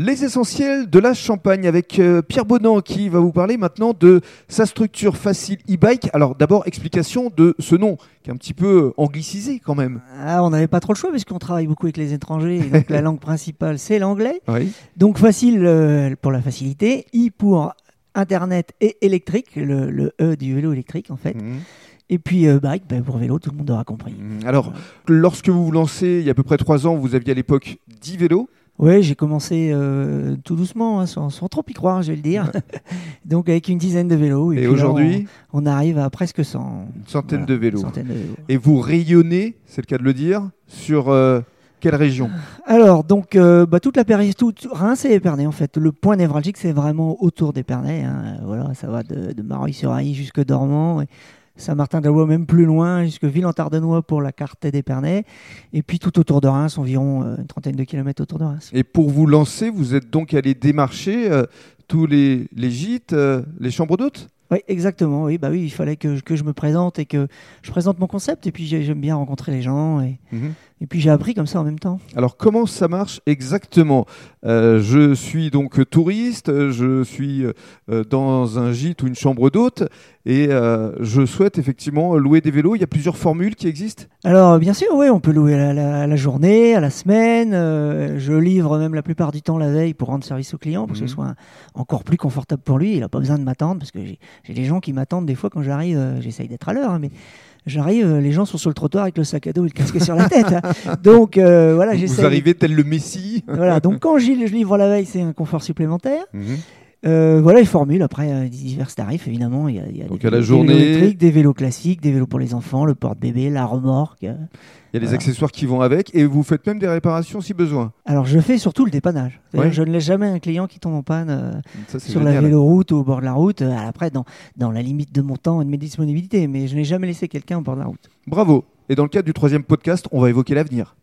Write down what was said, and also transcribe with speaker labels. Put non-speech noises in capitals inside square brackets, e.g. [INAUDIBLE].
Speaker 1: Les essentiels de la Champagne avec euh, Pierre Bonan qui va vous parler maintenant de sa structure facile e-bike. Alors d'abord explication de ce nom qui est un petit peu euh, anglicisé quand même.
Speaker 2: Ah, on n'avait pas trop le choix puisqu'on travaille beaucoup avec les étrangers. et donc la langue principale, c'est l'anglais.
Speaker 1: Oui.
Speaker 2: Donc facile euh, pour la facilité, i pour internet et électrique, le, le e du vélo électrique en fait.
Speaker 1: Mhm.
Speaker 2: Et puis euh, bike bah, pour vélo, tout le monde aura compris.
Speaker 1: Mhm. Alors lorsque vous vous lancez il y a à peu près trois ans, vous aviez à l'époque 10 vélos.
Speaker 2: Ouais, j'ai commencé euh, tout doucement, hein, sans, sans trop y croire, je vais le dire. [LAUGHS] donc avec une dizaine de vélos.
Speaker 1: Et,
Speaker 2: puis là,
Speaker 1: aujourd'hui
Speaker 2: on, on arrive à presque 100
Speaker 1: une centaine
Speaker 2: voilà,
Speaker 1: de vélos.
Speaker 2: centaines de vélos.
Speaker 1: Et vous rayonnez, c'est le cas de le dire, sur euh, quelle région
Speaker 2: Alors, donc, euh, bah, toute la péri tout, tout- Reims et Épernay, en fait. Le point névralgique, c'est vraiment autour d'Épernay. hein. Euh, Voilà, ça va de, de Mareuil-sur-Aï jusque Dormant. et Saint-Martin-d'Alois, même plus loin, jusque Ville-en-Tardenois pour la carte d'Épernay. Et puis tout autour de Reims, environ euh, une trentaine de kilomètres autour de Reims.
Speaker 1: Et pour vous lancer, vous êtes donc allé démarcher euh, tous les, les gîtes, euh, les chambres d'hôtes
Speaker 2: Oui, exactement. Oui, bah oui, il fallait que, je- que je me présente et que je présente mon concept. Et puis j'ai- j'aime bien rencontrer les gens. Et,
Speaker 1: Mhm.
Speaker 2: et puis j'ai appris comme ça en même temps.
Speaker 1: Alors comment ça marche exactement Euh, Je suis donc touriste, euh, je suis euh, dans un gîte ou une chambre d'hôte et euh, je souhaite effectivement louer des vélos. Il y a plusieurs formules qui existent.
Speaker 2: Alors, bien sûr, oui, on peut louer à la, à la journée, à la semaine. euh, je livre même la plupart du temps la veille pour rendre service au client, pour que
Speaker 1: Mhm.
Speaker 2: ce soit un- encore plus confortable pour lui. Il n'a pas besoin de m'attendre, parce que j'ai j'ai des gens qui m'attendent des fois quand j'arrive. euh, J'essaye d'être à l'heure, hein, mais j'arrive, euh, les gens sont sur le trottoir avec le sac à dos et le casque sur
Speaker 1: [LAUGHS]
Speaker 2: la tête. hein. Donc, euh, voilà,
Speaker 1: vous, vous
Speaker 2: j'essaye.
Speaker 1: arrivez tel le Messie.
Speaker 2: Voilà, donc quand j'y- je livre la veille, c'est un confort supplémentaire. Euh, voilà les formules. Après, euh, divers tarifs, évidemment. Il y a, il y a
Speaker 1: Donc,
Speaker 2: des,
Speaker 1: à la
Speaker 2: des
Speaker 1: journée.
Speaker 2: vélos électriques, des vélos classiques, des vélos pour les enfants, le porte-bébé, la remorque. euh.
Speaker 1: Il y a les
Speaker 2: Voilà.
Speaker 1: accessoires qui vont avec et vous faites même des réparations si besoin.
Speaker 2: Alors, je fais surtout le dépannage. C'est-à-dire
Speaker 1: Ouais.
Speaker 2: que Je ne laisse jamais un client qui tombe en panne euh,
Speaker 1: Ça, c'est
Speaker 2: sur la
Speaker 1: génial.
Speaker 2: véloroute ou au bord de la route. euh, après, dans, dans la limite de mon temps et de mes disponibilités. Mais je n'ai jamais laissé quelqu'un au bord de la route.
Speaker 1: Bravo. Et dans le cadre du troisième podcast, on va évoquer l'avenir.